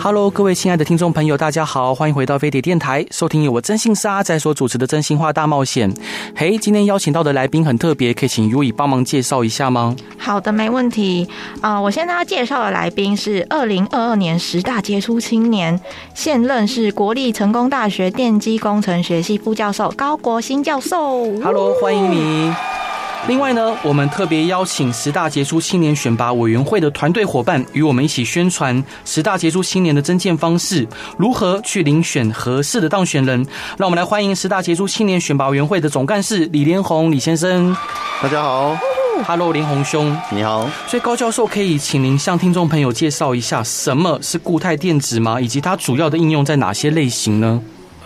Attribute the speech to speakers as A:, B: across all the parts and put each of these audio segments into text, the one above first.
A: Hello，各位亲爱的听众朋友，大家好，欢迎回到飞碟电台，收听由我真心沙在所主持的《真心话大冒险》。嘿，今天邀请到的来宾很特别，可以请 U 以帮忙介绍一下吗？
B: 好的，没问题。呃，我现在要介绍的来宾是二零二二年十大杰出青年，现任是国立成功大学电机工程学系副教授高国新教授。
A: Hello，欢迎你。另外呢，我们特别邀请十大杰出青年选拔委员会的团队伙伴，与我们一起宣传十大杰出青年的征建方式，如何去遴选合适的当选人。让我们来欢迎十大杰出青年选拔委员会的总干事李连宏李先生。
C: 大家好，
A: Hello，连宏兄。
C: 你好。
A: 所以高教授可以请您向听众朋友介绍一下什么是固态电子吗？以及它主要的应用在哪些类型呢？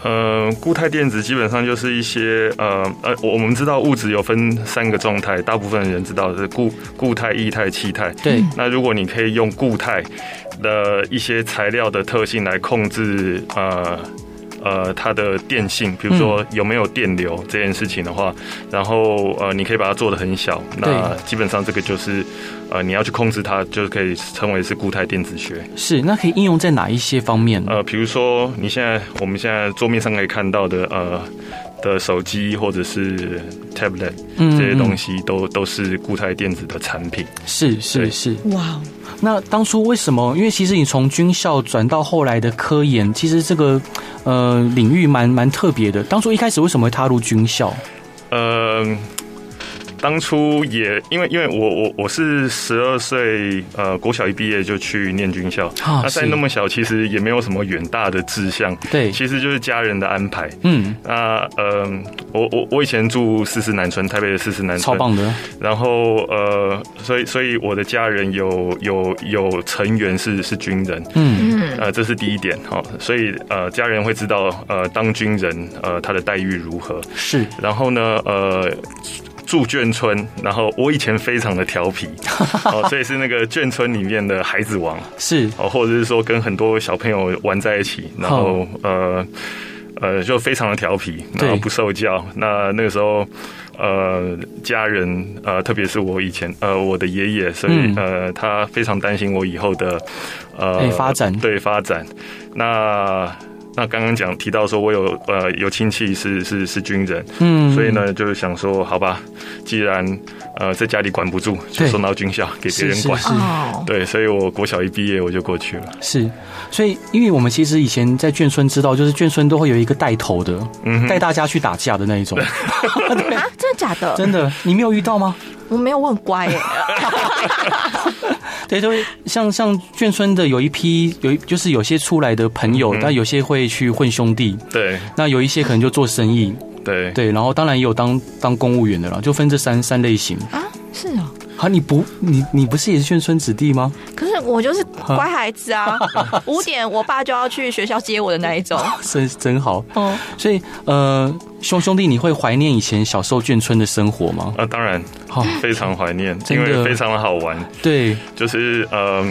D: 呃，固态电子基本上就是一些呃呃，我我们知道物质有分三个状态，大部分人知道的是固固态、液态、气态。
A: 对，
D: 那如果你可以用固态的一些材料的特性来控制呃呃它的电性，比如说有没有电流这件事情的话，然后呃你可以把它做的很小，那基本上这个就是呃你要去控制它，就可以称为是固态电子学。
A: 是那可以应用在哪一些方面？
D: 呃，比如说你现在我们现在桌面上可以看到的呃的手机或者是 tablet
A: 嗯
D: 这些东
A: 西
D: 西都都是固态电子的产品。
A: 是是
D: 对
A: 是。
B: 哇，
A: 那当初为什么？因为其实你从军校转到后来的科研，其实这个呃领域蛮蛮特别的。当初一开始为什么会踏入军校？
D: 呃，当初也因为因为我我我是十二岁呃国小一毕业就去念军校，
A: 啊
D: 那在
A: 是
D: 那么小其实也没有什么远大的志向，
A: 对，
D: 其实就是家人的安排。
A: 嗯，
D: 那呃，我我我以前住四四南村，台北的四四南
A: 超
D: 村，
A: 棒的，
D: 然后呃，所以所以我的家人有有有成员是是军人，
A: 嗯，
B: 嗯，
D: 呃，这是第一点哈、哦，所以呃，家人会知道呃，当军人呃他的待遇如何。
A: 是
D: 然后呢，呃。住眷村，然后我以前非常的调皮，哦，所以是那个眷村里面的孩子王，
A: 是，
D: 哦，或者是说跟很多小朋友玩在一起，然后呃呃就非常的调皮，
A: 对
D: 然后不受教。那那个时候呃家人呃特别是我以前呃我的爷爷，所以、
A: 嗯
D: 呃他非常担心我以后的呃、
A: 哎发展
D: 对发展。那那刚刚讲提到说我有呃有亲戚是是是军人，
A: 嗯，
D: 所以，呢，就是想说，好吧，既然呃在家里管不住，就
A: 对
D: 送到军校给别人
A: 是
D: 管。
A: 是
B: 哦，
D: 对，所以我国小一毕业我就过去了。
A: 是，所以因为我们其实以前在眷村知道，就是眷村都会有一个带头的，
D: 嗯
A: 带
D: 哼，
A: 大家去打架的那一 种，
B: 啊，真的假的？
A: 真的，你没有遇到吗？
B: 我没有，我很乖 耶。
A: 对，就会像像眷村的有一批有一就是有些出来的朋友，
D: 嗯
A: 但有些会去混兄弟，
D: 对
A: 那有一些可能就做生意，
D: 对
A: 对，然后当然也有当当公务员的啦，就分这三三类型。
B: 啊，是哦。
A: 啊，你不你你不是也是眷村子弟吗？
B: 可是我就是乖孩子啊，五点我爸就要去学校接我的那一种。
A: 真真好，
B: 哦，
A: 所以呃，兄兄弟，你会怀念以前小时候眷村的生活吗？
D: 啊，当然
A: 好、
D: 非常怀念，
A: 真
D: 因
A: 的
D: 为非常的好玩，
A: 对，
D: 就是呃，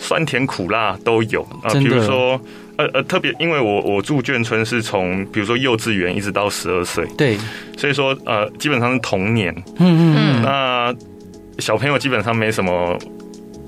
D: 酸甜苦辣都有啊，
A: 真
D: 比
A: 的
D: 如说。呃呃，特别因为我我住眷村是从比如说幼稚园一直到十二岁，
A: 对，
D: 所以说呃基本上是童年。
A: 嗯嗯嗯，
D: 那小朋友基本上没什么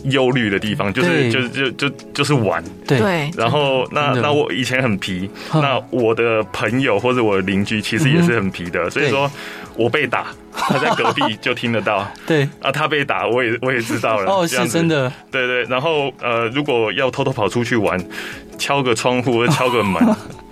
D: 忧虑的地方，就是
A: 对
D: 就就就就是玩。
A: 对，
B: 对，
D: 然后那
A: 真的
D: 那我以前很皮，
A: 哼
D: 那我的朋友或者我的邻居其实也是很皮
A: 嗯
D: 的，所以说我被打，他在隔壁就听 得到
A: 对，
D: 啊，他被打我也我也知道了，
A: 哦，
D: 呃这
A: 是
D: 样子
A: 真，的，
D: 对对。然后呃，如果要偷偷跑出去玩，敲个窗户或者敲 个门，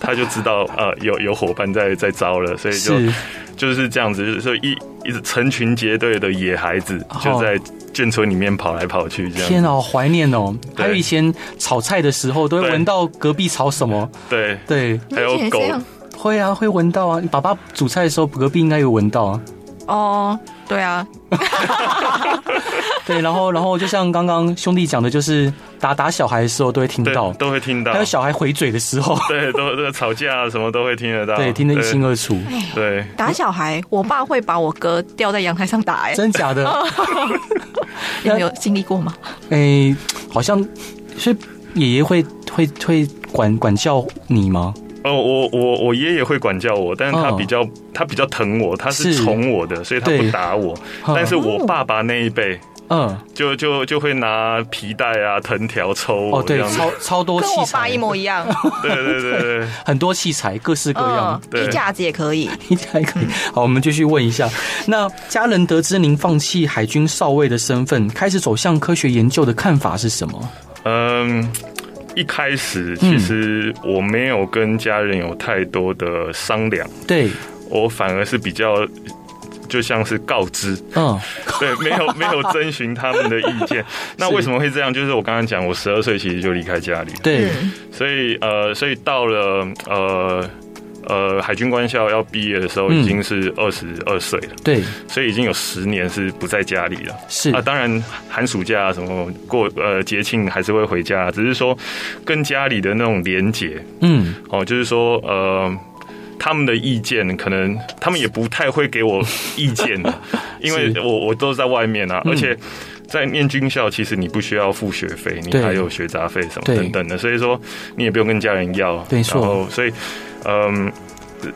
D: 他就知道呃有有伙伴在在招了，所以就是就是这样子，就是说一一直成群结队的野孩子
A: 哦
D: 就在眷村里面跑来跑去这样
A: 天
D: 子，
A: 啊，好怀念哦！
D: 对
A: 还有以前炒菜的时候，都会
D: 对
A: 闻到隔壁炒什么，
D: 对，
A: 对，
D: 还有
B: 你以前也
D: 狗
B: 这样
A: 会啊，会闻到啊。你爸爸煮菜的时候，隔壁应该有闻到啊。
B: 哦，对啊，
A: 对，然后然后就像刚刚兄弟讲的，就是打打小孩的时候都会听
D: 对啊
A: 到，
D: 都会听到
A: 还有，小孩回嘴的时候，
D: 对，都都吵架啊什么都会听得到，
A: 对，听得一清哦二楚，
B: 哎，
D: 对，
B: 打小孩，我爸会把我哥吊在阳台上打、哎，
A: 真假 的？
B: 你们有经历过吗？
A: 哎，好像所以爷爷会会会管管教你吗？
D: 哦，我我我爷爷会管教我，但是他
A: 哦
D: 比较、他比较疼我，他是
A: 是
D: 宠我的，所以他不
A: 对哦
D: 打我。但是我爸爸那一辈
A: 嗯，
D: 就就就会拿皮带啊、藤条抽
A: 哦，
D: 我这
A: 对
D: 样，子。
A: 超超多
B: 跟
A: 器
B: 我爸
A: 材
B: 一，模 一样，
D: 对对对对，
A: 很多器材，各式各样。
B: 嗯，
D: 对
B: 衣架子也可以。
A: 听起来可以。好，我们继续问一下，那家人得知您放弃海军少尉的身份，开始走向科学研究的看法是什么？
D: 嗯。一开始
A: 嗯
D: 其实我没有跟家人有太多的商量，
A: 对，
D: 我反而是比较就像是告知，
A: 嗯，
D: 对，没有没有征询他们的意 见。那为什么会这样？就是我刚刚讲，我十二岁其实就离开家里了，
A: 对，
B: 嗯
D: 所以呃，所以到了呃呃海军官校要毕业的时候，
A: 嗯
D: 已经是二十二岁了，
A: 对，
D: 所以已经有十年是不在家里了。
A: 是
D: 啊，，当然寒暑假啊什么过呃节庆还是会回家，啊只是说跟家里的那种连结
A: 嗯，
D: 哦，就是说呃。他们的意见可能，他们也不太会给我意 见的，因为
A: 是
D: 我我都在外面啊，
A: 嗯
D: 而且在念军校，其实你不需要付学费，你
A: 对
D: 还有学杂费什么
A: 对
D: 等等的，所以说你也不用跟家人要。
A: 没错
D: 然后所以嗯、呃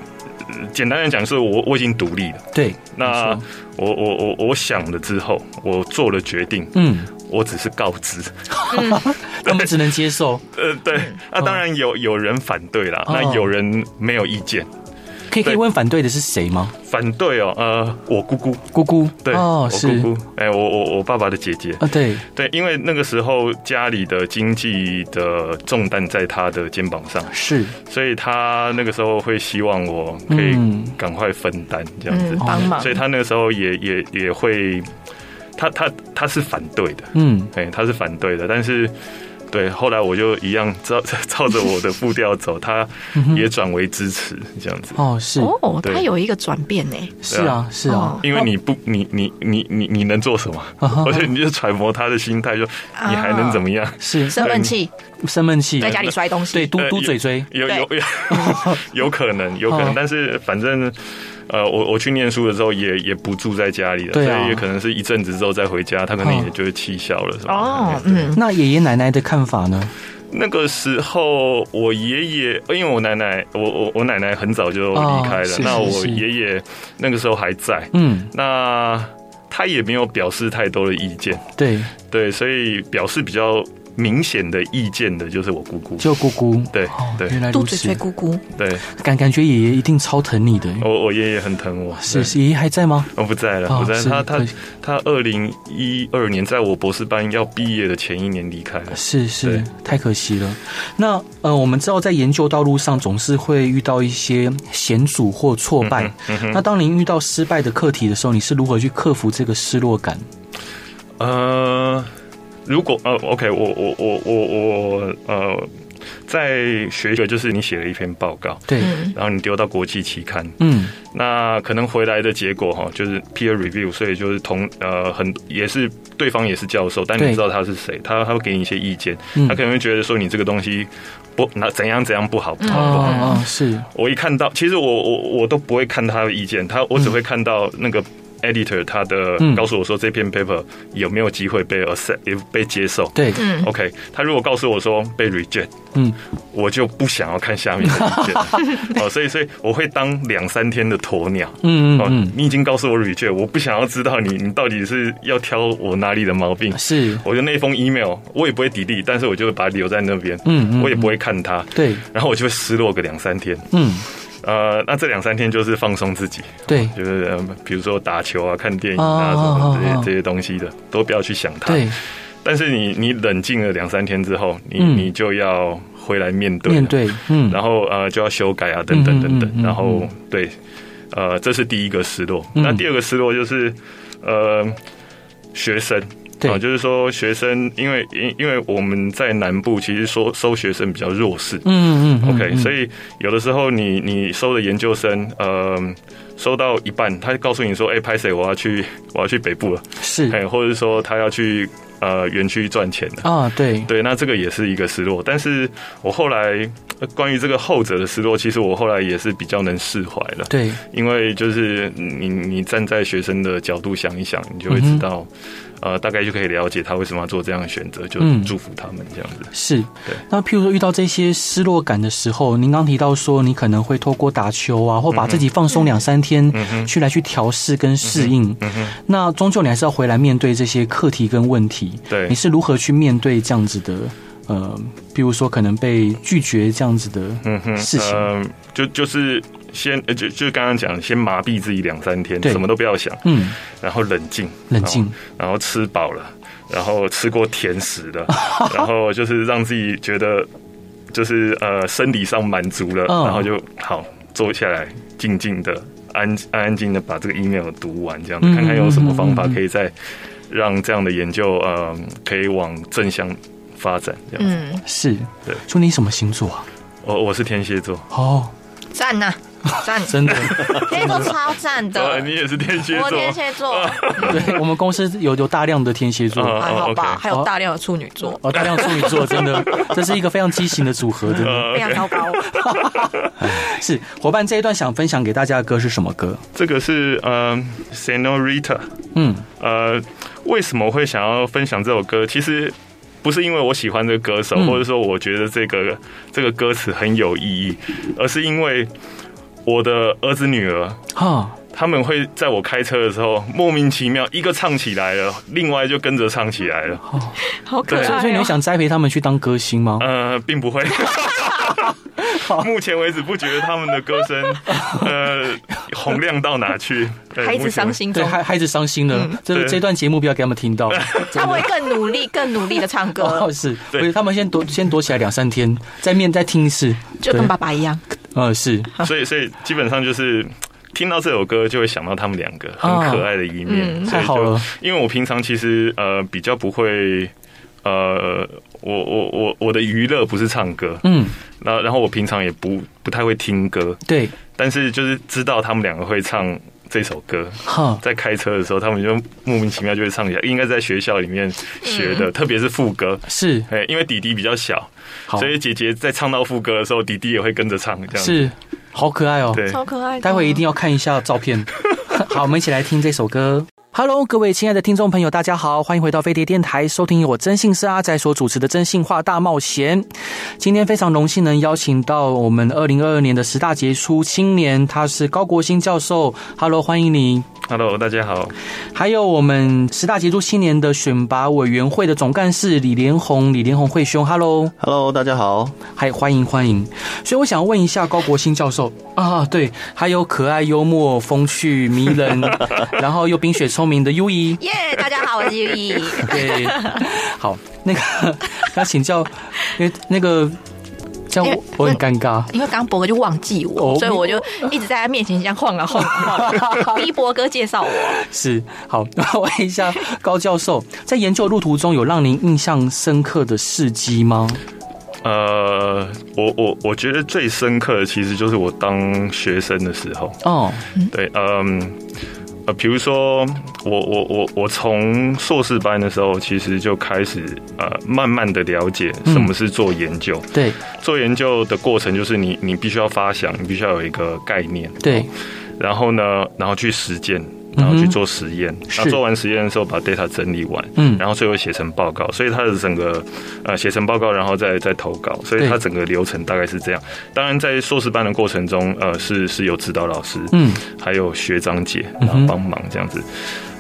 D: 简单的讲，是我我已经独立了。
A: 对，
D: 那
A: 没错
D: 我我我我想了之后，我做了决定，
A: 嗯，
D: 我只是告知。
A: 他们只能接受，
D: 呃，对，那、当然有有人反对啦，
A: 哦
D: 那有人没有意见，
A: 可以可以
D: 对
A: 问反对的是谁吗？
D: 反对哦，呃，我姑姑，
A: 姑姑，
D: 对，
A: 哦，
D: 我
A: 是
D: 姑姑，哎、我我我爸爸的姐姐，
A: 啊，对，
D: 对，因为那个时候家里的经济的重担在他的肩膀上，
A: 是，
D: 所以他那个时候会希望我可以
A: 嗯
D: 赶快分担这样子
A: 哦
B: 嗯，，帮忙
D: 所以他那个时候也也也会，他他他是反对的，
A: 嗯，
D: 哎、他是反对的，但是对，后来我就一样照 照着我的步调走，他
A: 嗯
D: 也转为支持这样子。
A: 哦，是，
B: 哦，
D: 对
B: 他有一个转变呢。
A: 是啊，是啊
B: 哦，
D: 因为你 不，你你你你你能做什么？而且你就揣摩他的心态，就
A: 啊
D: 你还能怎么样？
A: 是
B: 生闷气，
A: 生闷气，
B: 在家里摔东西。
A: 对，嘟
D: 呃
A: 嘟
D: 有
A: 嘴嘴，
D: 有有有 可能，有可
A: 哦
D: 能，但是反正。呃，我我去念书的时候也也不住在家里了，
A: 对啊
D: 所以也可能是一阵子之后再回家，他可能
A: 哦
D: 也就会气消了什么的。
B: 哦，嗯，
A: 那爷爷奶奶的看法呢？
D: 那个时候，我爷爷，因为我奶奶，我我我奶奶很早就离开
A: 哦
D: 了，
A: 是
D: 那
A: 是
D: 我
A: 是
D: 爷爷那个时候还在，
A: 嗯，
D: 那他也没有表示太多的意见，
A: 对，
D: 对，所以表示比较明显的意见的就是我姑姑，
A: 就姑姑，
D: 对
A: 哦
D: 对
A: 原来
B: 嘟
A: 如
B: 嘴吹
A: 此，
B: 姑姑，
D: 对
A: 感感觉爷爷一定超疼你的，
D: 我我爷爷很疼我，
A: 是是，爷爷还在吗？
D: 我不在了，
A: 哦
D: 不在了，
A: 是
D: 他他
A: 可
D: 他二零一二年在我博士班要毕业的前一年离开了，
A: 是是
D: 对，
A: 太可惜了。那呃，我们知道在研究道路上总是会遇到一些险阻或挫败。
D: 嗯
A: 那当您遇到失败的课题的时候，你是如何去克服这个失落感？
D: 呃，如果呃，OK，我我我我我呃，在学者就是你写了一篇报告，
A: 对，
B: 嗯，
D: 然后你丢到国际期刊，
A: 嗯，
D: 那可能回来的结果哈，就是 peer review，所以就是同呃很也是对方也是教授，但
A: 对
D: 你知道他是谁，他他会给你一些意见，
A: 嗯
D: 他可能会觉得说你这个东西不那怎样怎样不好不好不好。
A: 哦哦，是，
D: 我一看到，其实我我我都不会看他的意见，他我只会看到那个 editor 他的
A: 嗯
D: 告诉我说这篇 paper 有没有机会被 accept 也被接受。
A: 对，
B: 嗯
D: OK，他如果告诉我说被 reject，
A: 嗯，
D: 我就不想要看下面的意见 了。哦，所以所以我会当两三天的鸵鸟。
A: 嗯嗯
D: 哦，
A: 嗯，
D: 你已经告诉我 reject，我不想要知道你你 到底是要挑我哪里的 毛病。
A: 是，
D: 我就那封 email 我也不会 delete，但是我就会把它留在那边，
A: 嗯嗯
D: 我也不会看它，
A: 对，
D: 然后我就会失落个两三天。
A: 嗯，
D: 呃，那这两三天就是放松自己，
A: 对，
D: 就是、呃比如说打球啊、看电影
A: 啊
D: 啊什么这
A: 啊啊
D: 些这些东西的，都不要去想它。
A: 对，
D: 但是你你冷静了两三天之后，你、
A: 嗯
D: 你就要回来面对，
A: 面，对，嗯，
D: 然后呃就要修改啊，等等等等，
A: 嗯嗯嗯嗯
D: 然后对，呃，这是第一个失落。
A: 嗯
D: 那第二个失落就是呃学生，
A: 对
D: 啊，就是说学生，因为因因为我们在南部其实收收学生比较弱势，
A: 嗯嗯嗯
D: OK，所
A: 以
D: 以有的时候你你收的研究生，呃，收到一半，他就告诉你说，哎、拍谁？我要去，我要去北部了，
A: 嗯是
D: 哎，或者是说他要去呃园区赚钱了。
A: 啊，对，
D: 对，那这个也是一个失落，但是我后来呃关于这个后者的失落，其实我后来也是比较能释怀了，
A: 对，
D: 因为就是你你站在学生的角度想一想，你就会
A: 嗯哼
D: 知道，呃，大概就可以了解他为什么要做这样的选择，就
A: 嗯
D: 祝福他们这样子。
A: 是
D: 对。
A: 那譬如说遇到这些失落感的时候，您刚提到说你可能会透过打球啊，或把
D: 嗯
A: 自己放松两三天，去来去调试跟适应。
D: 嗯哼，
A: 那终究你还是要回来面对这些课题跟问题。
D: 对
A: 你，是如何去面对这样子的？呃，譬如说可能被拒绝这样子的，
D: 嗯哼，
A: 事情
D: 呃、就就是先呃就就刚刚讲，先麻痹自己两三天，
A: 对
D: 什么都不要想，
A: 嗯，
D: 然后冷静，
A: 冷静，
D: 然后，然后吃饱了，然后吃过甜食 了，然后就是让自己觉得就是呃生理上满足了，
A: 嗯
D: 然后就好坐下来，静静的安安安静的把这个 email 读完，这样子
A: 嗯
D: 看看有什么方法
A: 嗯嗯嗯
D: 可以再让这样的研究呃可以往正向发展这样子。
B: 嗯，
A: 是。
D: 对
A: 祝你什么星座啊？
D: 我、我是天蝎座，
A: 哦，
B: 赞呐、赞，
A: 真的，
B: 天蝎座超赞 的。
D: 呃你也是天蝎
B: 我
D: 座，
B: 天蝎座，
A: 对我们公司有有大量的天蝎座。
D: 嗯
C: 还好吧，
D: OK
C: 还有大量的处女座，
A: 哦哦，大量处女座真 的，这是一个非常畸形的组合，真
D: 呃
A: 的
C: 非常糟 糕。
A: 是伙伴这一段想分享给大家的歌是什么歌？
D: 这个是呃 Senorita，
A: 嗯，
D: 呃，为什么会想要分享这首歌？其实不是因为我喜欢这个歌手，
A: 嗯
D: 或者说我觉得这个这个歌词很有意义，而是因为我的儿子女儿。
A: 哈，
D: 他们会在我开车的时候莫名其妙一个唱起来了，另外就跟着唱起来了。
C: 好可
D: 对
C: 爱、
A: 所
C: 哦
A: 以所以你会想栽培他们去当歌星吗？
D: 呃，并不会。 目前为止不觉得他们的歌声呃洪亮到哪去，对
C: 孩子伤。心
A: 对，嗯
C: 中，
A: 孩孩子伤心了，这
D: 对
A: 这段节目不要给他们听 到。
B: 他会更努力、更努力的唱歌
A: 哦，，是，所
D: 对
A: 以他们先躲先躲起来两三天，再面再听一次，
C: 就
A: 对
C: 跟爸爸一样，
A: 呃，是
D: 所以所以基本上就是嗯听到这首歌就会想到他们两个很可爱的一面，
C: 嗯
D: 所以就
A: 啊太好了。
D: 因为我平常其实呃比较不会呃。我我我我的娱乐不是唱歌，
A: 嗯，
D: 那然后我平常也不不太会听歌，
A: 对，
D: 但是就是知道他们两个会唱这首 歌，
A: 哈，
D: 在开车的时候他们就莫名其妙就会唱起来，应该在学校里面学
A: 嗯
D: 的，特别是副歌，
A: 是
D: 哎，因为弟弟比较小，
A: 好
D: 所，以姐姐在唱到副歌的时候，弟弟也会跟着唱，这样子
A: 是好可爱哦。
D: 对，
C: 超可爱的。
A: 待会一定要看一下照片。 好，我们一起来听这首歌。Hello，各位亲爱的听众朋友，大家好，欢迎回到飞碟电台，收听由我真性是阿仔所主持的《真性话大冒险》。今天非常荣幸能邀请到我们二零二二年的十大杰出青年，他是高国兴教授。Hello，欢迎你。
D: Hello，大家好。
A: 还有我们十大杰出青年的选拔委员会的总干事李连红，李连红会兄，Hello，
E: Hello，大家好。
A: 还欢迎欢迎。所以我想问一下高国兴教授啊，对，还有可爱、幽默、风趣、迷 人，然后又冰雪聪明的优怡，
B: 耶！大家好，我是 U 一。
A: 对，好，那个要请教，因为那个这样我我很尴尬。
C: 因为刚博哥就忘记我，
A: 哦
C: 所以我就一直在他面前这样晃啊晃 啊晃，逼博哥介绍我。
A: 是好，那我问一下高教授，在研究路途中有让您印象深刻的事迹吗？
D: 呃，我我我觉得最深刻的其实就是我当学生的时候，
A: 哦，
D: 对，嗯，呃，比如说我我我我从硕士班的时候，其实就开始呃慢慢的了解什么是做研究。
A: 对
D: 做研究的过程就是你你必须要发想，你必须要有一个概念，
A: 对，
C: 哦
D: 然后呢，然后去实践。然后
A: 嗯
D: 去
A: 哼
D: 做实验，然
A: 是
D: 后做完实验的时候把 data 整理完，
A: 嗯
D: 然后最后写成报告，所以它的整个呃写成报告，然后再再投稿，所以
A: 对
D: 它整个流程大概是这样。当然，在硕士班的过程中，呃，是是有指导老师，
A: 嗯，
D: 还有学长姐
A: 嗯
D: 然后
A: 哼
D: 帮忙这样子。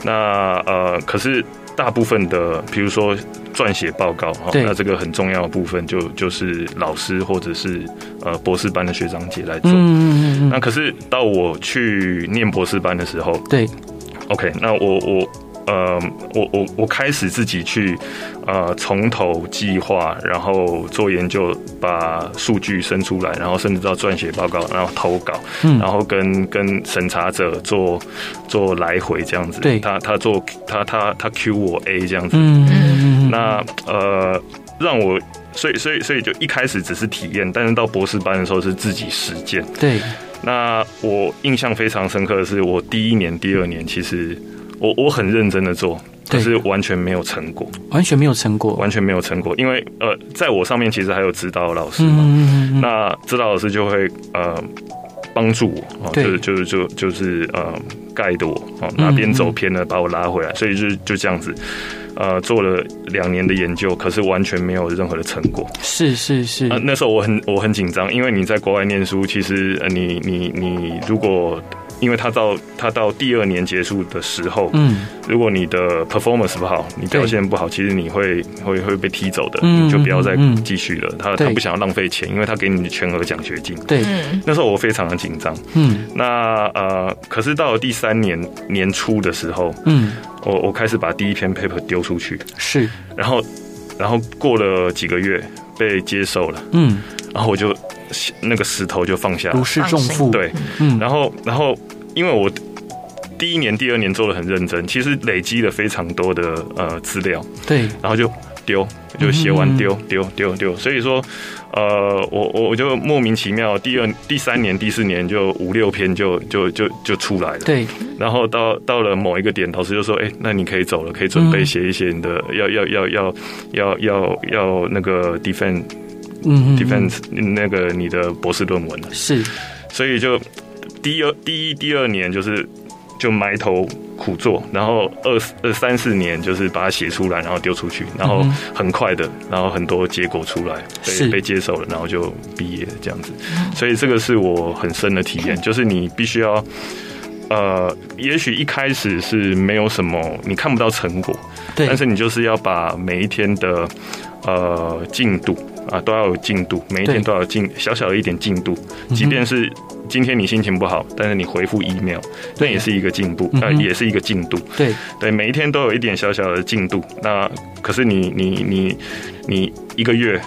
D: 那呃，可是大部分的，比如说撰写报告哈，
A: 对
D: 那这个很重要的部分就就是老师或者是呃博士班的学长姐来做。
A: 嗯嗯嗯嗯，
D: 那可是到我去念博士班的时候
A: 对，
D: ，OK，那我我呃，我我我开始自己去呃从头计划，然后做研究，把数据生出来，然后甚至到撰写报告，然后投稿，
A: 嗯
D: 然后跟跟审查者做做来回这样子。
A: 对
D: 他他做他他他 Q 我 A 这样子。
A: 嗯嗯嗯
D: 那呃，让我所以所以所以就一开始只是体验，但是到博士班的时候是自己实践。
A: 对，
D: 那我印象非常深刻的是，我第一年、第二年，其实我我很认真的做，可
A: 对
D: 是完全没有成果，
A: 完全没有成果。
D: 完全没有成果，因为呃，在我上面其实还有指导老师嘛，
A: 嗯嗯嗯嗯嗯，
D: 那指导老师就会呃帮助我，哦、
A: 对嗯
D: 就是就是就就是呃盖的我哦，哪边走偏了把我拉回来，所以就就这样子。呃，做了两年的研究，可是完全没有任何的成果。
A: 是是是
C: 呃
D: 啊，，那时候我很我很紧张，因为你在国外念书，其实呃你你你如果因为他到他到第二年结束的时候，
A: 嗯，
D: 如果你的 performance 不好，你表
A: 对
D: 现不好，其实你会会会被踢走的，
A: 嗯
D: 你就不要再
A: 嗯嗯
D: 继续了。他
A: 对
D: 他不想要浪费钱，因为他给你全额奖学金。
A: 对，
C: 嗯，
D: 那时候我非常的紧张。
A: 嗯
D: 那呃，可是到了第三年年初的时候，
A: 嗯
D: 我我开始把第一篇 paper 丢出去，
A: 是，
D: 然后然后过了几个月被接受了。
A: 嗯，
D: 然后我就那个石头就放下
A: 如释重负。，
D: 对，
A: 嗯，
D: 然后然后因为我第一年、第二年做的很认真，其实累积了非常多的呃资料，
A: 对，
D: 然后就丢，就写
A: 嗯
D: 完丢丢丢丢，所以说呃，我我我就莫名其妙第二、第三年、第四年就五六篇就就就就出来了，
A: 对，
D: 然后到到了某一个点，老师就说：“哎，那你可以走了，可以准备
A: 嗯
D: 写一些你的要要要要要要要那个 defend
A: 嗯嗯嗯
D: defense 那个你的博士论文了。”啊
A: 是，
D: 所以就第二、第一、第二年就是就埋头苦做，然后二二三四年就是把它写出来，然后丢出去，然后
A: 嗯
D: 很快的，然后很多结果出来，
A: 是嗯
D: 被被接受了，然后就毕业这样子。所以这个是我很深的体验，就是你必须要。呃，也许一开始是没有什么，你看不到成果，
A: 对，
D: 但是你就是要把每一天的呃进度啊都要有进度，每一天
A: 对嗯
D: 都要有进小小的一点进度，即便是今天你心情不好，但是你回复 email，那也是一个进步，
A: 嗯
D: 呃，
A: 哼
D: 也是一个进度。
A: 对，
D: 对，每一天都有一点小小的进度。那可是你你你你一个月。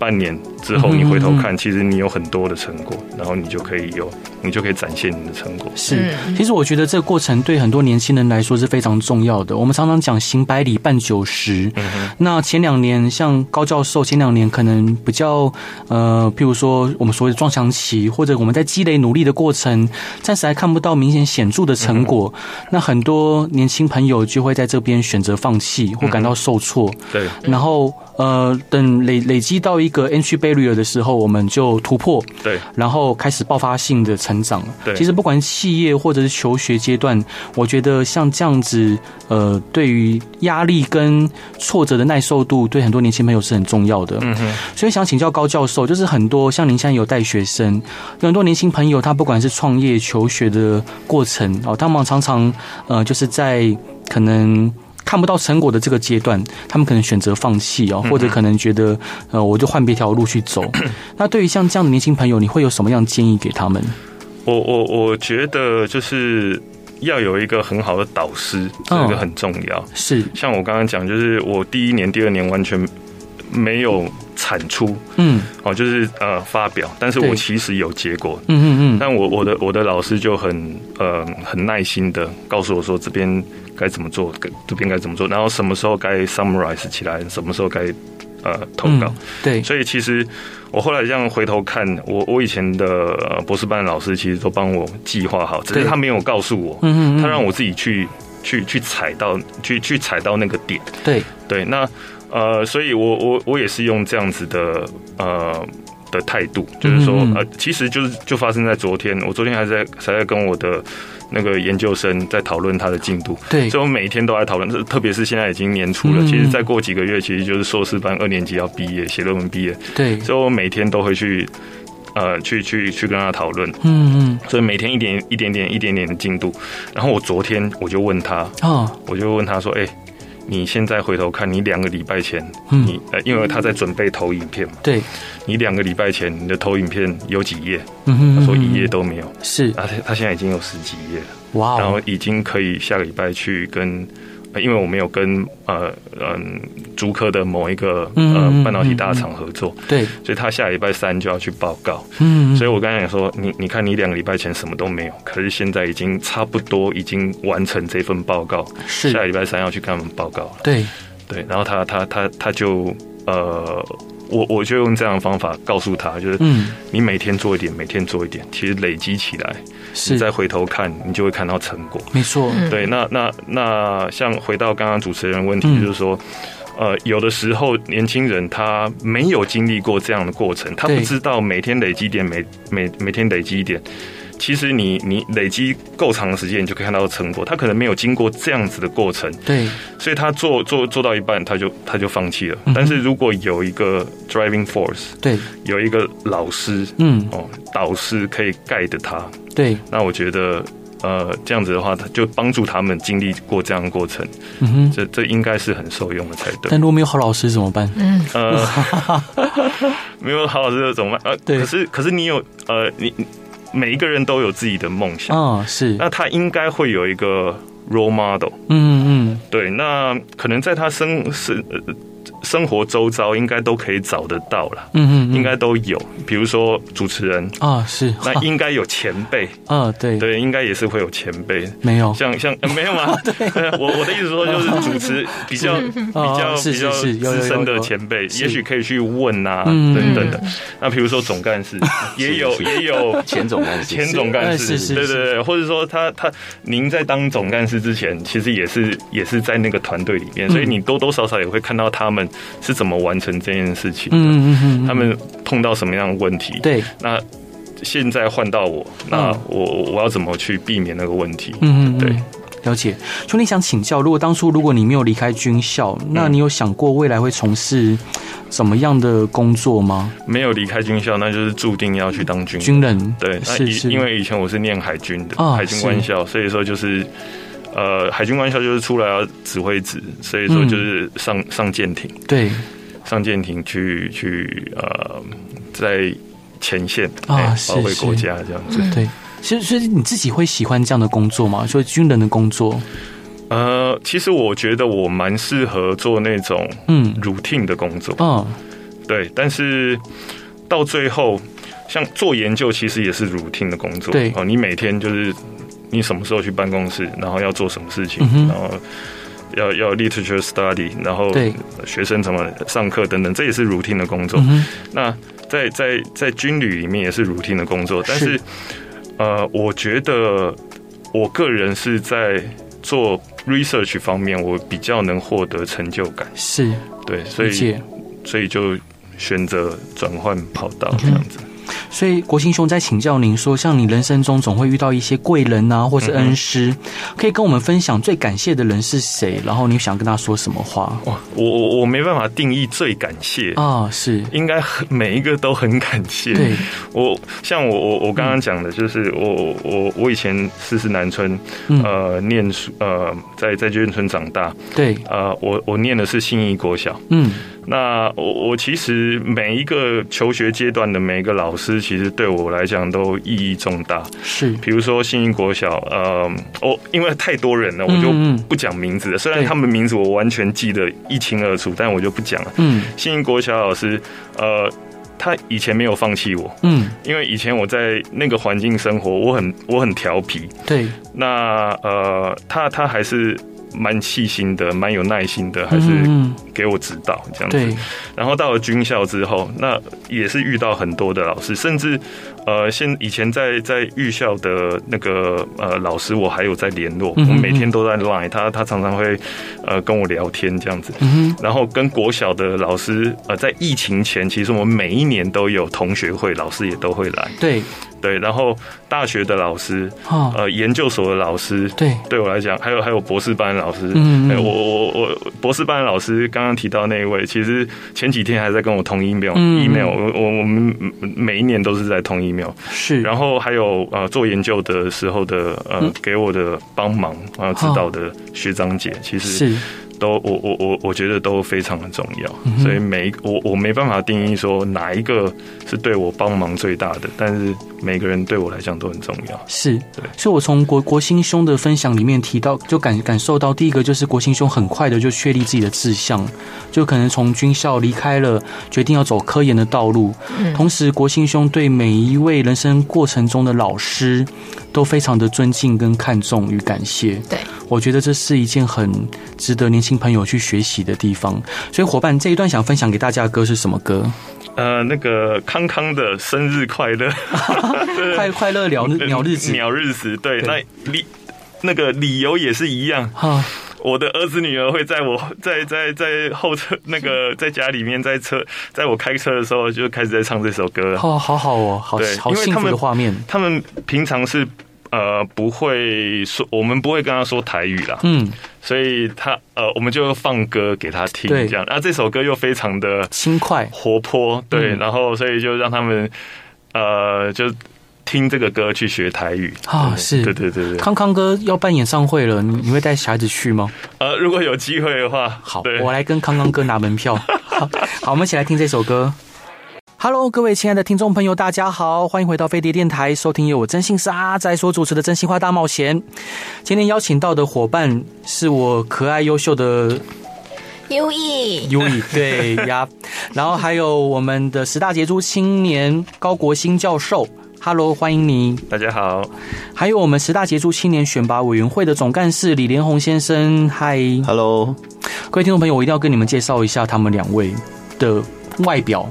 D: 半年之
A: 嗯
D: 后，
A: 哼
D: 你回头
A: 嗯哼
D: 看，其实你有很多的成果，然后你就可以有，你就可以展现你的成果。
A: 是，其实我觉得这个过程对很多年轻人来说是非常重要的。我们常常讲行百里半九十，
D: 嗯
A: 那前两年像高教授，前两年可能比较呃，譬如说我们所谓的撞墙期，或者我们在积累努力的过程，暂时还看不到明显显著的成果，
D: 嗯
A: 那很多年轻朋友就会在这边选择放弃或感到受挫。
D: 对，
A: 然后，呃，等累累积到一个 entry barrier 的时候，我们就突破，
D: 对，
A: 然后开始爆发性的成长。
D: 对
A: 其实不管企业或者是求学阶段，我觉得像这样子，呃，对于压力跟挫折的耐受度，对很多年轻朋友是很重要的。
D: 嗯哼，
A: 所以想请教高教授，就是很多像您现在有带学生，有很多年轻朋友，他不管是创业、求学的过程哦，他们常常呃，就是在可能。看不到成果的这个阶段，他们可能选择放弃
D: 嗯
A: 哦，或者可能觉得，呃，我就换别条路去走。那对于像这样的年轻朋友，你会有什么样的建议给他们？
D: 我我我觉得就是要有一个很好的导师，这
A: 嗯
D: 个很重要。
A: 是，
D: 像我刚刚讲，就是我第一年、第二年完全没有产出
A: 嗯
D: 哦，就是呃发表，但是
A: 对
D: 我其实有结果。
A: 嗯嗯嗯，
D: 但我我的我的老师就很呃很耐心的告诉我说这边该怎么做，该这边该怎么做，然后什么时候该 summarize 起来，什么时候该呃投稿。
A: 嗯对，
D: 所以其实我后来这样回头看，我我以前的呃博士班老师其实都帮我计划好，只是
A: 对
D: 他没有告诉我，
A: 嗯嗯嗯，
D: 他让我自己去去去踩到去去踩到那个点。
A: 对，
D: 对，那呃，所以我我我也是用这样子的呃。的态度就是说
A: 嗯嗯，嗯
D: 呃，其实就是就发生在昨天，我昨天还在还在跟我的那个研究生在讨论他的进度，
A: 对
D: 所以我每一天都在讨论，这特别是现在已经年初了，
A: 哎嗯
D: 其实再过几个月，其实就是硕士班二年级要毕业，写论文毕业，
A: 对，
D: 所以我每天都会去，呃，去去去跟他讨论，
A: 嗯嗯
D: 所以每天一点一点点一点点的进度。然后我昨天我就问他，
A: 哦，
D: 我就问他说：“哎、你现在回头看，你两个礼拜前，
A: 嗯
D: 你呃，因为他在准备投影片嘛，
A: 对，
D: 你两个礼拜前你的投影片有几页？”
A: 嗯哼，
D: 他说：“一页
A: 页
D: 都没有。
A: 是
D: 啊”他他现在已经有十几页了，
A: 哇
D: 然
A: 哦
D: 后，已经可以下个礼拜去跟。哎、呃因为我们有跟呃嗯竹科的某一个
A: 嗯
D: 呃
A: 嗯
D: 半导体
A: 嗯
D: 大
A: 嗯
D: 厂合作，
A: 对，
D: 所以他下礼拜三就要去报告。
A: 嗯，
D: 所以我刚才讲说，你你看，你两个礼拜前什么都没有，可是现在已经差不多已经完成这份报告，下
A: 是，
D: 礼拜三要去跟他们报告了。
A: 对，
D: 对，然后他他他他就呃，我我就用这样的方法告诉他，就是
A: 嗯，
D: 你每天做一点，每天做一点，其实累积起来，你再
A: 是，
D: 回头看，你就会看到成果。
A: 没错，
C: 嗯
D: 对，那那那像回到刚刚主持人的问题，
A: 嗯
D: 就是说。呃，有的时候年轻人他没有经历过这样的过程，他
A: 对
D: 不知道每天累积一点，每每每天累积一点。其实你你累积够长的时间，你就可以看到成果。他可能没有经过这样子的过程，
A: 对，
D: 所以他做做做到一半，他就他就放弃了
A: 嗯哼。
D: 但是如果有一个 driving force，
A: 对，
D: 有一个老师
A: 嗯，
D: 哦导师可以 guide 他，
A: 对，
D: 那我觉得呃这样子的话，他就帮助他们经历过这样的过程，
A: 嗯哼。
D: 这这应该是很受用的才 对
A: 但。如果没有好老师怎么办？
C: 嗯，
D: 呃， 没有好老师怎么办？呃，
A: 对
D: 可是可是你有呃你你每一个人都有自己的梦想，
A: 啊，是，
D: 那他应该会有一个 role model。
A: 嗯嗯，
D: 对，那可能在他生生呃生活周遭应该都可以找得到啦，
A: 嗯嗯，
D: 应该都有，比如说主持人，
A: 啊，是，
D: 那应该有前辈，
A: 啊，对，
D: 对，应该也是会有前辈。
A: 没有，
D: 像像、呃没 有吗？对， 我我的意思说就是主持比较比较
A: 哦是
D: 比较
A: 是是有有有
D: 资深的
A: 有
D: 前辈，
A: 是
D: 也许可以去问啊
A: 嗯
D: 等等的。那比如说总干 事也有
E: 是
D: 也有
E: 前总干事，
D: 前总干
A: 哎是
D: 事，
A: 是
D: 对
A: 是
D: 对对，或者说他他您在当总干事之前，其实也是也是在那个团队里面，
A: 嗯
D: 所以你多多少少也会看到他们是怎么完成这件事情的，
A: 嗯嗯嗯，
D: 他们碰到什么样的问题。，
A: 对，
D: 那现在换到我，那
A: 嗯
D: 我我我要怎么去避免那个问题？
A: 嗯嗯，
D: 对
A: 嗯。了解，兄弟想请教，如果当初如果你没有离开军校，那
D: 嗯
A: 你有想过未来会从事怎么样的工作吗？
D: 没有离开军校，那就是注定要去当军人。
A: 军人，
D: 对，那
A: 是
D: 以
A: 是，
D: 因为以前我是念海军的，
A: 啊
D: 海军官校，所以说就是。呃，海军官校就是出来要指挥职，所以说
A: 嗯
D: 就是上、上舰艇，
A: 对
D: 上舰艇去去呃，在前线
A: 啊
D: 哎
A: 是
D: 保卫国
A: 是
D: 家这样子。
A: 对，所以所以你自己会喜欢这样的工作吗？所以军人的工作，
D: 呃，其实我觉得我蛮适合做那种
A: 嗯
D: routine 的工作，
A: 嗯，
D: 对，但是到最后，像做研究其实也是 routine 的工作，
A: 对
D: 哦，你每天就是你什么时候去办公室，然后要做什么事情，
A: 嗯哼
D: 然后要要 literature study，然后
A: 对
D: 学生怎么上课等等，这也是 routine 的工作。
A: 嗯哼，
D: 那在在在军旅里面也是 routine 的工作，但是
A: 是
D: 呃，我觉得我个人是在做 research 方面，我比较能获得成就感，
A: 是
D: 对，所
A: 理
D: 以
A: 解。
D: 所以就选择转换跑道这样子。
A: 所以国兴兄在请教您说，像你人生中总会遇到一些贵人啊，
D: 嗯
A: 或是恩师，可以跟我们分享最感谢的人是谁，然后你想跟他说什么话
D: 哇，我我我没办法定义最感谢，
A: 啊？是
D: 应该很每一个都很感谢。
A: 对，
D: 我像我我我刚刚讲的，就是我我我以前四四南村，
A: 嗯
D: 呃，念书呃，在在眷村长大，
A: 对，
D: 呃，我我念的是信义国小。
A: 嗯，
D: 那我我其实每一个求学阶段的每一个老师，其实对我来讲都意义重大。
A: 是
D: 比如说新英国小，呃，我、因为太多人了，我就
A: 嗯嗯
D: 不讲名字了。虽然
A: 对
D: 他们名字我完全记得一清二楚，但我就不讲了。
A: 嗯
D: 新英国小老师，呃，他以前没有放弃我，
A: 嗯，
D: 因为以前我在那个环境生活，我很我很调皮。
A: 对，
D: 那呃，他他还是蛮细心的，蛮有耐心的，还是嗯
A: 嗯嗯嗯
D: 给我指导这样子。
A: 对，
D: 然后到了军校之后，那也是遇到很多的老师，甚至呃，现以前在在预校的那个呃老师，我还有在联络，
A: 嗯哼
D: 我每天都在 Line，他他常常会呃跟我聊天这样子。
A: 嗯哼，
D: 然后跟国小的老师，呃，在疫情前，其实我们每一年都有同学会，老师也都会来，
A: 对，
D: 对。然后大学的老师，
A: 啊，
D: 呃，研究所的老师，
A: 对，
D: 对我来讲，还有还有博士班老师，
A: 嗯嗯
D: 哎我我我我博士班老师刚刚提到那一位，其实前几天还在跟我通 email、
A: 嗯
D: email，我我我们每一年都是在通 email，
A: 是，
D: 然后还有呃做研究
A: 嗯
D: 的时候的呃、给我的帮忙啊、呃、指导的学长姐，其实
A: 是，
D: 都我我我我觉得都非常的重要，
A: 嗯
D: 所以每一个我我没办法定义说哪一个是对我帮忙最大的，但是每个人对我来讲都很重要。
A: 是，所以我从国国兴兄的分享里面提到，就感感受到第一个就是国兴兄很快的就确立自己的志向，就可能从军校离开了，决定要走科研的道路。同时，国兴兄对每一位人生过程中的老师都非常的尊敬跟看重与感谢。
C: 对，
A: 我觉得这是一件很值得年轻朋友去学习的地方。所以，伙伴这一段想分享给大家的歌是什么歌？
D: 呃，那个康康的生日快乐，
A: 快快乐聊鸟日子。
D: 呃嗯 鸟日子，对，
A: 对
D: 那理那个理由也是一样，
A: 哈，
D: 我的儿子女儿会在我在在在后车那个在家里面在车在我开车的时候就开始在唱这首歌了。
A: 好好好哦，好
D: 对
A: 好
D: 因为
A: 幸
D: 他
A: 福
D: 们
A: 的画面。
D: 他们平常是呃不会说，我们不会跟他说台语啦，
A: 嗯，
D: 所以他呃我们就放歌给他听，
A: 对
D: 这样。啊，这首歌又非常的
A: 轻快。
D: 活泼，对，
A: 嗯
D: 然后所以就让他们呃就听这个歌去学台语
A: 啊
D: 对
A: 是
D: 对对对对。
A: 康康哥要办演唱会了，你你会带小孩子去吗？
D: 呃，如果有机会的话，
A: 好
D: 对，
A: 我来跟康康哥拿门票。好，好我们一起来听这首歌。Hello，各位亲爱的听众朋友，大家好，欢迎回到飞碟电台，收听由我真心是阿仔所主持的《真心话大冒险》。今天邀请到的伙伴是我可爱优秀的
C: 优异，
A: 优以，对呀，然后还有我们的十大杰出青年高国兴教授。Hello，欢迎你。
D: 大家好，
A: 还有我们十大杰出青年选拔委员会的总干事李连宏先生，嗨，
E: Hello，
A: 各位听众朋友，我一定要跟你们介绍一下他们两位的外表。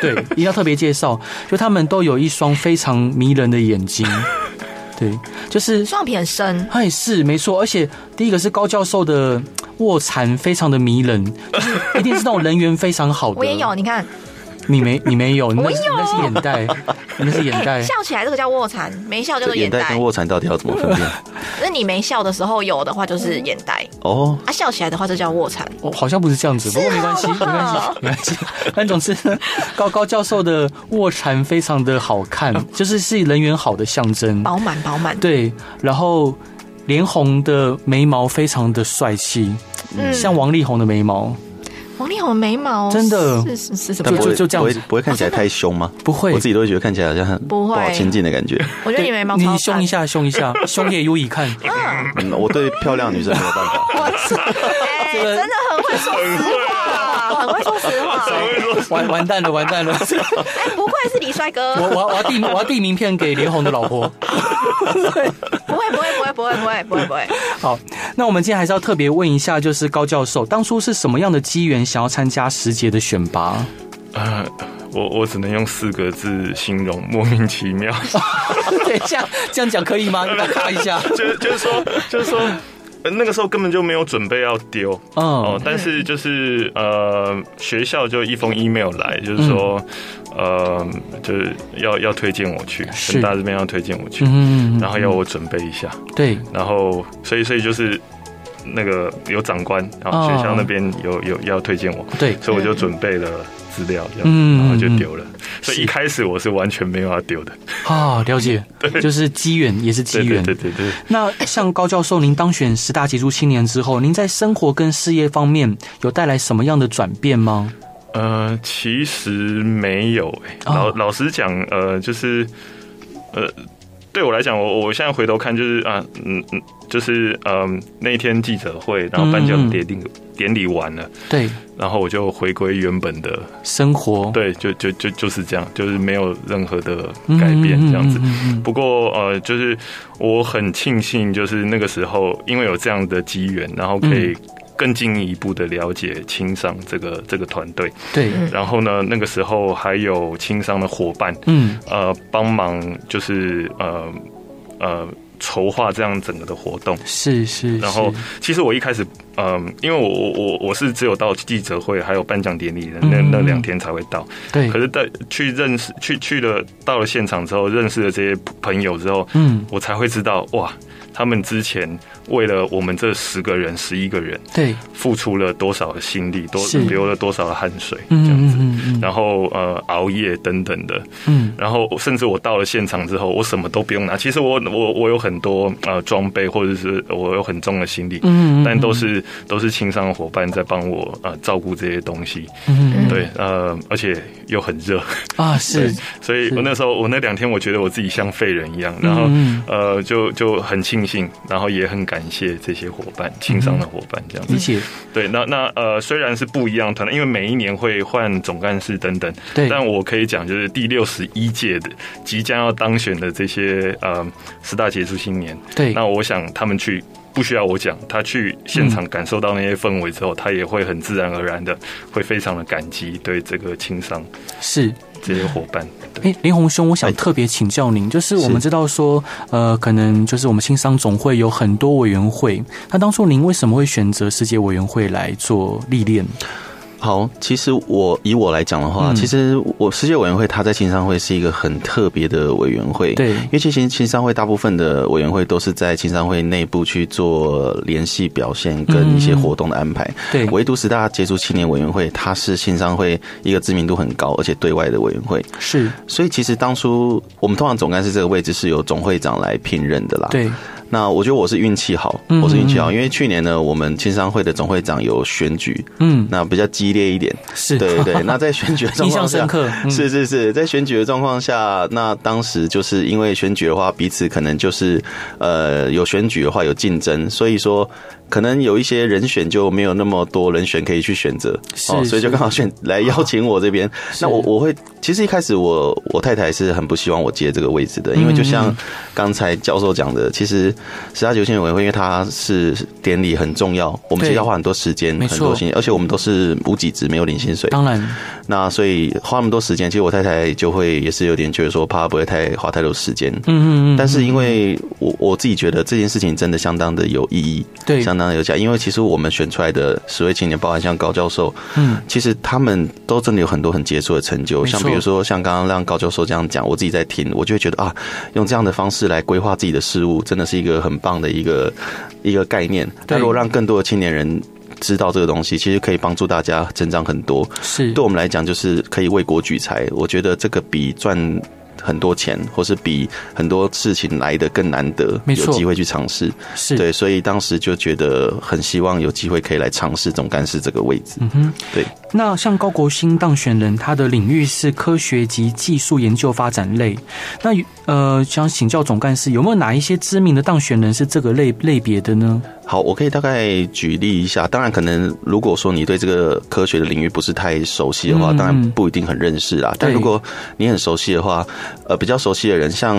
A: 对，一定要特别介绍，就他们都有一双非常迷人的眼睛。对，就是
C: 双眼皮很深，
A: 哎，是没错，而且第一个是高教授的卧蚕非常的迷人，就是一定是那种人缘非常好的。
C: 我也有，你看，
A: 你没你没有，你那是你那是眼袋，你那是眼袋。
C: 笑起来这个叫卧蚕，没笑叫做
E: 这眼
C: 眼
E: 袋
C: 袋
E: 跟。卧蚕到底要怎么 分辨？
C: 那你没笑的时候有的话就是眼袋，
E: 哦，
C: 啊，笑起来的话这叫卧蚕。
A: 哦，好像不是这样子，
C: 啊
A: 不过没关 系，没关系，没关系。 但总之呢，高高教授的卧蚕非常的好看，
C: 嗯
A: 就是是人缘好的象征。
C: 饱满饱满，
A: 对，然后连红的眉毛非常的帅气，
C: 嗯
A: 像王力宏的眉毛，
C: 王力宏眉毛
A: 真的
C: 是是是什
A: 但
E: 但
A: 就
E: 不
C: 么？
A: 就
E: 会
A: 就这样
E: 不会
A: 子
E: 不会看起来太凶吗？
A: 不会
E: 我自己都会觉得看起来好像很
C: 不会
E: 好亲近 的感觉。
C: 我觉得你眉毛超好
A: 你
C: 看
A: 凶一，下，凶 一下，凶也有以看。
E: 嗯，我对漂亮女生没有办法。
C: 哎，
A: 这个
C: 真的很会说实话，很会说实 话，
A: 完完蛋了，完蛋 了！
C: 哎，不愧是李帅哥
A: 我，我要我要递我要递名片给连红的老婆。
C: 不会不会不会不会不会不会不 会，
A: 好，那我们今天还是要特别问一下，就是高教授，当初是什么样的机缘想要参加十节的选拔？
D: 呃，我我只能用四个字形容，莫名其妙。
A: 等一下，这样讲可以 吗？要不要卡一下？
D: 就是就是说，就是说，呃那个时候根本就没有准备要丢
A: 嗯嗯
D: 哦，但是就是呃，学校就一封 email 来，就是说，呃，就是要要推荐我去，
A: 是
D: 成大这边要推荐我去，
A: 嗯，
D: 然后要我准备一下，
A: 对，
D: 然后所以所以就是那个有长官，然后
A: 哦
D: 学校那边有有要推荐我，
A: 对
D: 所以我就准备了资料，这
A: 嗯
D: 样，然后就丢了，所
A: 是
D: 以一开始我是完全没有要丢的，
A: 啊，了解，就是机缘也是机
D: 对对
A: 缘。
D: 对对对。
A: 那像高教授，您当选十大杰出青年之后，您在生活跟事业方面有带来什么样的转变吗？
D: 呃，其实没有、欸，
A: 哦
D: 老老实讲，呃，就是，呃，对我来讲，我我现在回头看，就是啊，嗯嗯，就是嗯、那一天记者会，然后颁
A: 嗯
D: 奖
A: 嗯
D: 典礼典礼完了，
A: 对，
D: 然后我就回归原本的，
A: 生活
D: 对，就就就就是这样，就是没有任何的改变这样子。
A: 嗯嗯嗯嗯嗯
D: 不过呃，就是我很庆幸，就是那个时候因为有这样的机缘，然后可
A: 嗯
D: 以更进一步的了解青商这个这个团队。
A: 嗯对，
D: 然后呢，那个时候还有轻商的伙伴，
A: 嗯，
D: 呃，帮忙就是呃呃筹划这样整个的活动。
A: 是是，
D: 然后
A: 是，
D: 其实我一开始，嗯、因为我我我我是只有到记者会还有颁奖典礼的那
A: 嗯
D: 那两天才会到。
A: 对
D: 可，是在去认识去去了到了现场之后，认识了这些朋友之后，
A: 嗯，
D: 我才会知道哇，他们之前为了我们这十个人、十一个人
A: 对，
D: 付出了多少的心力，多
A: 是
D: 流了多少的汗水，这
A: 嗯
D: 样
A: 嗯
D: 子。
A: 嗯嗯，
D: 然后呃熬夜等等的，
A: 嗯
D: 然后甚至我到了现场之后，我什么都不用拿。其实我我我有很很多呃装备，或者是我有很重的行李，
A: 嗯嗯嗯
D: 但都是都是轻商的伙伴在帮我呃照顾这些东西，
A: 嗯
D: 对，呃，而且又很热，
A: 啊，是
D: 所以我那时候我那两天我觉得我自己像废人一样，然后
A: 嗯
D: 呃就就很庆幸，然后也很感谢这些伙伴，轻商的伙伴这样
A: 理
D: 子，
A: 解，
D: 对，那那呃虽然是不一样的团队，因为每一年会换总干事等等，
A: 对，
D: 但我可以讲，就是第六十一届的即将要当选的这些呃十大杰出青年，
A: 对
D: 那我想他们去不需要我讲，他去现场感受到那些氛围之后，他也会很自然而然的会非常的感激对这个青商
A: 是。
D: 这些伙伴。对，
A: 哎，林宏兄，我想特别请教您，就是我们知道说，呃，可能就是我们新商总会有很多委员会，那当初您为什么会选择世界委员会来做历练？
E: 好，其实我以我来讲的话，
A: 嗯
E: 其实我世界委员会它在青商会是一个很特别的委员会，
A: 对
E: 因为其实青商会大部分的委员会都是在青商会内部去做联系表现跟一些活动的安排，
A: 嗯对，
E: 唯独十大杰出青年委员会，它是青商会一个知名度很高而且对外的委员会，
A: 是，
E: 所以其实当初我们通常总干事这个位置是由总会长来聘任的啦，
A: 对，
E: 那我觉得我是运气好，
A: 嗯
E: 我是运气好，因为去年呢，我们青商会的总会长有选举，
A: 嗯，
E: 那比较激烈一点。
A: 是，
E: 对 对，那在选举的状
A: 印象
E: 况下
A: 深，刻，嗯
E: 是是是，在选举的状况下，那当时就是因为选举的话，彼此可能就是呃有选举的话有竞争，所以说可能有一些人选就没有那么多人选可以去选择，哦
A: 是
E: 所以
A: 是
E: 就刚好选来邀请我 这边。那我我会其实一开始我我太太是很不希望我接这个位置的，因为就
A: 嗯
E: 像刚才教授讲的，其实十大九庆委员会，因为它是典礼很重要，我们其实
A: 对
E: 要花很多时间
A: 没，
E: 很
A: 错
E: 多心力，而且我们都是无几职，没有领薪水。
A: 当然，
E: 那所以花那么多时间，其实我太太就会也是有点觉得说，怕不会太花太多时间。
A: 嗯嗯嗯，
E: 但是因为我我自己觉得这件事情真的相当的有意义，
A: 嗯对，
E: 相当的有价，因为其实我们选出来的十位青年，包含像高教授，
A: 嗯，
E: 其实他们都真的有很多很杰出的成就，
A: 没错
E: 像比如说像刚刚让高教授这样讲，我自己在听，我就会觉得啊，用这样的方式来规划自己的事物，真的是一个很棒的一个一个概念。
A: 对
E: 那如果让更多的青年人知道这个东西，其实可以帮助大家成长很多。
A: 是，
E: 对我们来讲，就是可以为国举才。我觉得这个比赚很多钱，或是比很多事情来的更难得，
A: 没错
E: 有机会去尝试。
A: 是，
E: 对，所以当时就觉得很希望有机会可以来尝试总干事这个位置。
A: 嗯哼，
E: 对。
A: 那像高国兴当选人，他的领域是科学及技术研究发展类。那呃，想请教总干事，有没有哪一些知名的当选人是这个类类别的呢？
E: 好，我可以大概举例一下。当然，可能如果说你对这个科学的领域不是太熟悉的话，
A: 嗯
E: 当然不一定很认识啦。但
A: 对
E: 如果你很熟悉的话，呃，比较熟悉的人，像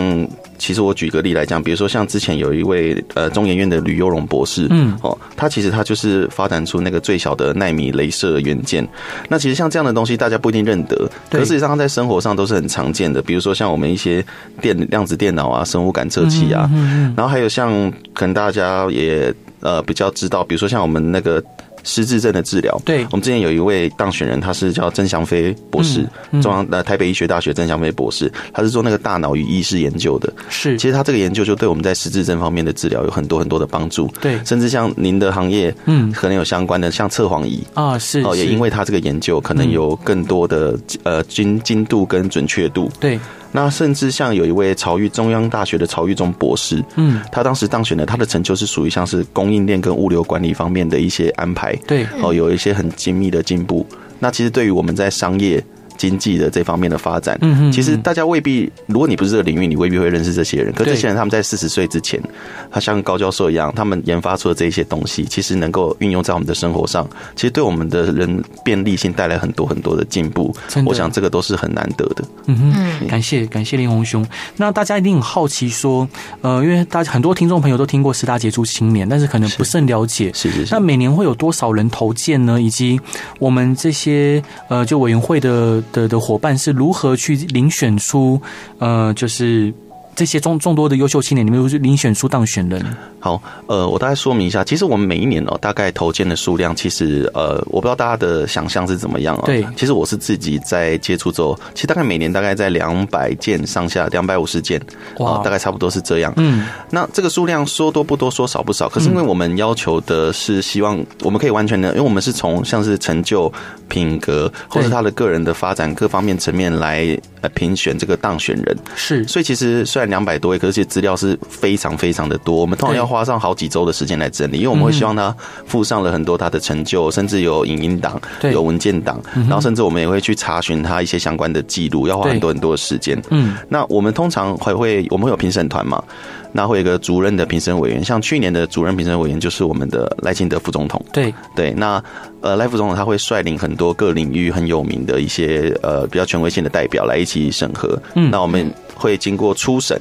E: 其实我举个例来讲，比如说像之前有一位呃中研院的吕优荣博士，
A: 嗯，
E: 哦，他其实他就是发展出那个最小的纳米镭射元件。那其实像这样的东西，大家不一定认得，可
A: 对
E: 事实上它在生活上都是很常见的，比如说像我们一些电量子电脑啊、生物感测器啊，
A: 嗯嗯
E: 然后还有像可能大家也呃比较知道，比如说像我们那个失智症的治疗，
A: 对
E: 我们之前有一位当选人，他是叫曾祥飞博士，
A: 嗯嗯
E: 中央呃台北医学大学曾祥飞博士，他是做那个大脑与意识研究的。
A: 嗯，是，
E: 其实他这个研究就对我们在失智症方面的治疗有很多很多的帮助，
A: 对，
E: 甚至像您的行业
A: 嗯
E: 可能有相关的，像测谎仪。
A: 啊，是，
E: 哦，也
A: 是
E: 因为他这个研究可能有更多的、呃精精度跟准确度，
A: 对，
E: 那甚至像有一位曹玉中央大学的曹玉中博士，
A: 嗯，
E: 他当时当选的，他的成就是属于像是供应链跟物流管理方面的一些安排，
A: 对，
E: 哦，有一些很精密的进步。那其实对于我们在商业经济的这方面的发展，
A: 嗯嗯
E: 其实
A: 嗯
E: 大家未必，如果你不是这个领域，你未必会认识这些人。可
A: 对
E: 这些人他们在四十岁之前，他像高教授一样，他们研发出的这些东西，其实能够运用在我们的生活上，其实对我们的人便利性带来很多很多的进步
A: 真。的
E: 我想这个都是很难得的。
A: 嗯哼。
C: 嗯，
A: 感谢感谢林宏兄。那大家一定很好奇说，呃，因为大家很多听众朋友都听过十大杰出青年，但是可能不甚了解，
E: 是是是
A: 那。每年会有多少人投件呢？以及我们这些呃，就委员会的的的伙伴是如何去遴选出呃，就是这些众众多的优秀青年里面，就是遴选出当选人？
E: 好，呃，我大概说明一下，其实我们每一年哦，大概投件的数量，其实呃，我不知道大家的想象是怎么样哦。
A: 对
E: 其实我是自己在接触之后，其实大概每年大概在两百件上下，两百五十件，
A: 哇
E: 哦，大概差不多是这样。
A: 嗯，
E: 那这个数量说多不多，说少不少。可是因为我们要求的是希望我们可以完全的，因为我们是从像是成就、品格或
A: 对
E: 者他的个人的发展各方面层面来呃评选这个当选人。
A: 是
E: 所以其实虽虽然两百多页，可是其实资料是非常非常的多，我们通常
A: 对
E: 要花上好几周的时间来整理，因为我们会希望他附上了很多他的成就，甚至有影音档、
A: 对
E: 有文件档，然后甚至我们也会去查询他一些相关的记录，要花很多很多的时间。
A: 嗯，
E: 那我们通常还会，我们会有评审团嘛，那会有一个主任的评审委员，像去年的主任评审委员就是我们的赖清德副总统。
A: 对，
E: 对，那呃，赖副总统他会率领很多各领域很有名的一些呃比较权威性的代表来一起审核。
A: 嗯
E: 那我们会经过初审。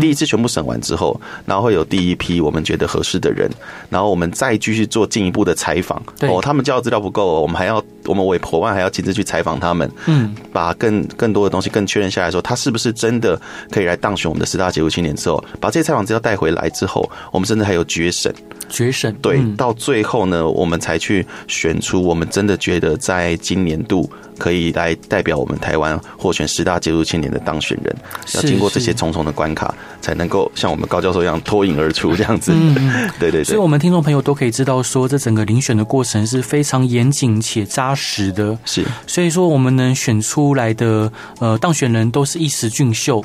E: 第一次全部审完之后，然后会有第一批我们觉得合适的人，然后我们再继续做进一步的采访。
A: 对
E: 哦，他们交的资料不够哦，我们还要我们委伙伴还要亲自去采访他们，
A: 嗯，
E: 把更更多的东西更确认下来说，他是不是真的可以来当选我们的十大杰出青年之后，把这些采访资料带回来之后，我们甚至还有决审。
A: 决审，
E: 对，
A: 嗯
E: 到最后呢，我们才去选出我们真的觉得在今年度可以来代表我们台湾获选十大杰出青年的当选人，
A: 是
E: 要经过这
A: 是
E: 些重重的关卡，才能够像我们高教授一样脱颖而出这样子。
A: 嗯嗯
E: 对对
A: 所以，
E: 对
A: 我。们听众朋友都可以知道说，这整个遴选的过程是非常严谨且扎实的。
E: 是
A: 所以说，我们能选出来的呃当选人都是一时俊秀。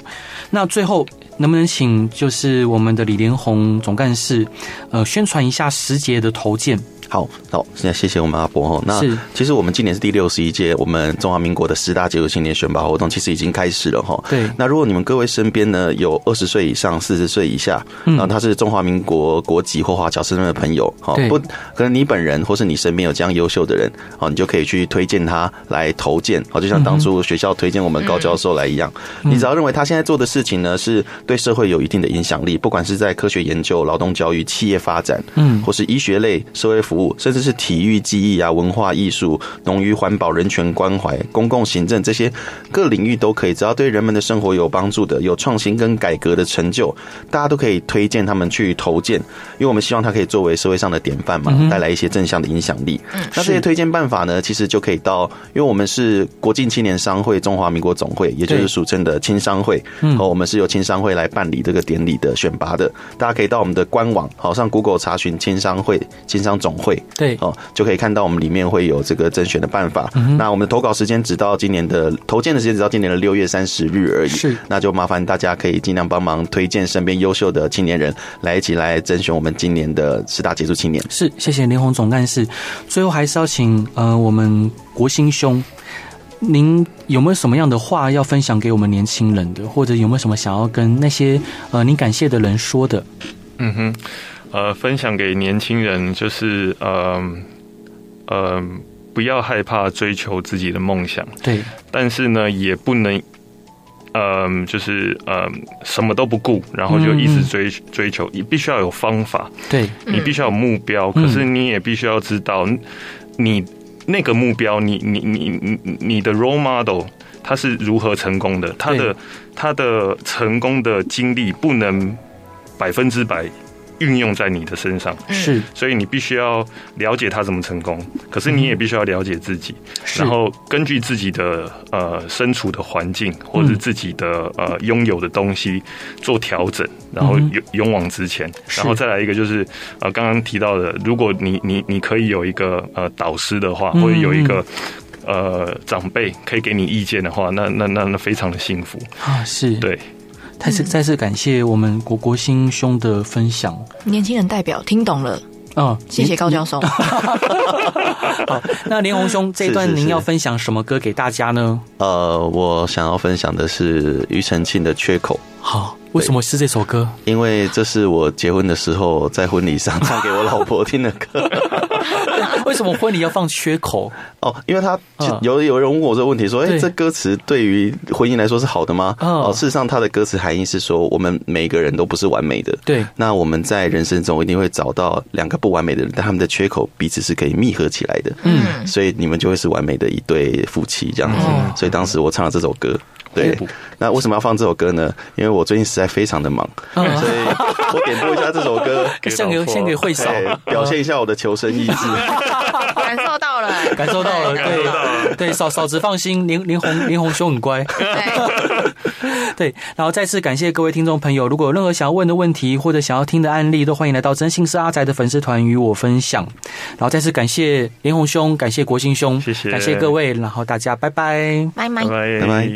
A: 那最后，能不能请就是我们的李连宏总干事，呃，宣传一下十节的头件？
E: 好，好，现在谢谢我们阿伯哦。那
A: 是
E: 其实我们今年是第六十一届我们中华民国的十大杰出青年选拔活动，其实已经开始了哈。
A: 对
E: 那如果你们各位身边呢有二十岁以上、四十岁以下，
A: 嗯
E: 然后他是中华民国国籍或华侨身份的朋友，哈
A: 对
E: 不，可能你本人或是你身边有这样优秀的人，哦，你就可以去推荐他来投件，哦，
A: 嗯
E: 就像当初学校推荐我们高教授来一样，你只要认为他现在做的事情呢是对社会有一定的影响力，不管是在科学研究、劳动教育、企业发展，
A: 嗯
E: 或是医学类、社会服务，甚至是体育、技艺啊、文化艺术、农渔环保、人权关怀、公共行政这些各领域都可以，只要对人们的生活有帮助的、有创新跟改革的成就，大家都可以推荐他们去投件，因为我们希望他可以作为社会上的典范
A: 嗯
E: 嘛，带来一些正向的影响力。那这些推荐办法呢，其实就可以到，因为我们是国际青年商会中华民国总会，也就是
A: 对
E: 俗称的青商会，
A: 嗯
E: 哦，我们是由青商会来办理这个典礼的选拔的。大家可以到我们的官网，好上 Google 查询青商会、青商总会，
A: 对，
E: 哦，就可以看到我们里面会有这个甄选的办法。那我们的投稿时间直到今年的投件的时间直到今年的六月三十日而已。
A: 是
E: 那就麻烦大家可以尽量帮忙推荐身边优秀的青年人来一起来甄选我们今年的十大杰出青年。
A: 是谢谢连宏总干事。最后还是要请呃我们国兴兄，您有没有什么样的话要分享给我们年轻人的，或者有没有什么想要跟那些呃您感谢的人说的？
D: 嗯哼，呃，分享给年轻人就是，嗯、呃，不要害怕追求自己的梦想，
A: 对，
D: 但是呢，也不能，嗯、就是嗯、什么都不顾，然后就一直追追求，你必须要有方法，
A: 对，
D: 你必须要有目标，可是你也必须要知道，你那个目标，你你你你你你的 role model 他是如何成功的，他
A: 对
D: 的他的成功的经历不能百分之百运用在你的身上，
C: 嗯
A: 是
D: 所以你必须要了解他怎么成功，可是你也必须要了解自己，
A: 是
D: 然后根据自己的呃身处的环境或者
A: 嗯
D: 自己的呃拥有的东西做调整，然后
A: 嗯哼
D: 勇勇往直前，
A: 是
D: 然后再来一个就是呃刚刚提到的，如果你你你可以有一个呃导师的话，
A: 嗯
D: 或者有一个。呃，长辈可以给你意见的话，那那那那非常的幸福。
A: 啊，是对
D: 对，
A: 再次再次感谢我们国国兴兄的分享。
C: 年轻人代表听懂了，
A: 嗯，
C: 谢谢高教 授。
A: 好，那连红兄这一段
E: 是是
A: 您
E: 是
A: 要分享什么歌给大家呢？
E: 呃，我想要分享的是庾澄庆的《缺口》。
A: 好，为什么是这首歌？
E: 因为这是我结婚的时候在婚礼上唱给我老婆听的歌
A: 为什么婚礼要放缺口？
E: 哦，因为她
A: 嗯
E: 有有人问我这个问题，说：“哎、
A: 对
E: 这歌词对于婚姻来说是好的吗？”
A: 嗯
E: 哦，事实上，它的歌词含义是说，我们每个人都不是完美的。
A: 对，
E: 那我们在人生中一定会找到两个不完美的人，但他们的缺口彼此是可以密合起来的。
A: 嗯，
E: 所以你们就会是完美的一对夫妻这样子。
A: 哦
E: 所以当时我唱了这首歌。对
A: 互补，
E: 那为什么要放这首歌呢？因为我最近实在非常的忙，所
A: 嗯
E: 以我点播一下这首歌，
A: 献给献给 会嫂，
E: 对，表现一下我的求生 意志。
B: 感受到了、
A: 感受到了，
B: 感受到了
A: 对对，嫂嫂子放心，连连红连红兄很乖。
B: 对，
A: 对，然后再次感谢各位听众朋友，如果有任何想要问的问题或者想要听的案例，都欢迎来到真心是阿宅的粉丝团与我分享。然后再次感谢连红兄，感谢国兴兄，
D: 谢谢
A: 感谢各位，然后大家拜拜。
B: 拜
D: 拜
B: 拜。
D: 拜
E: 拜拜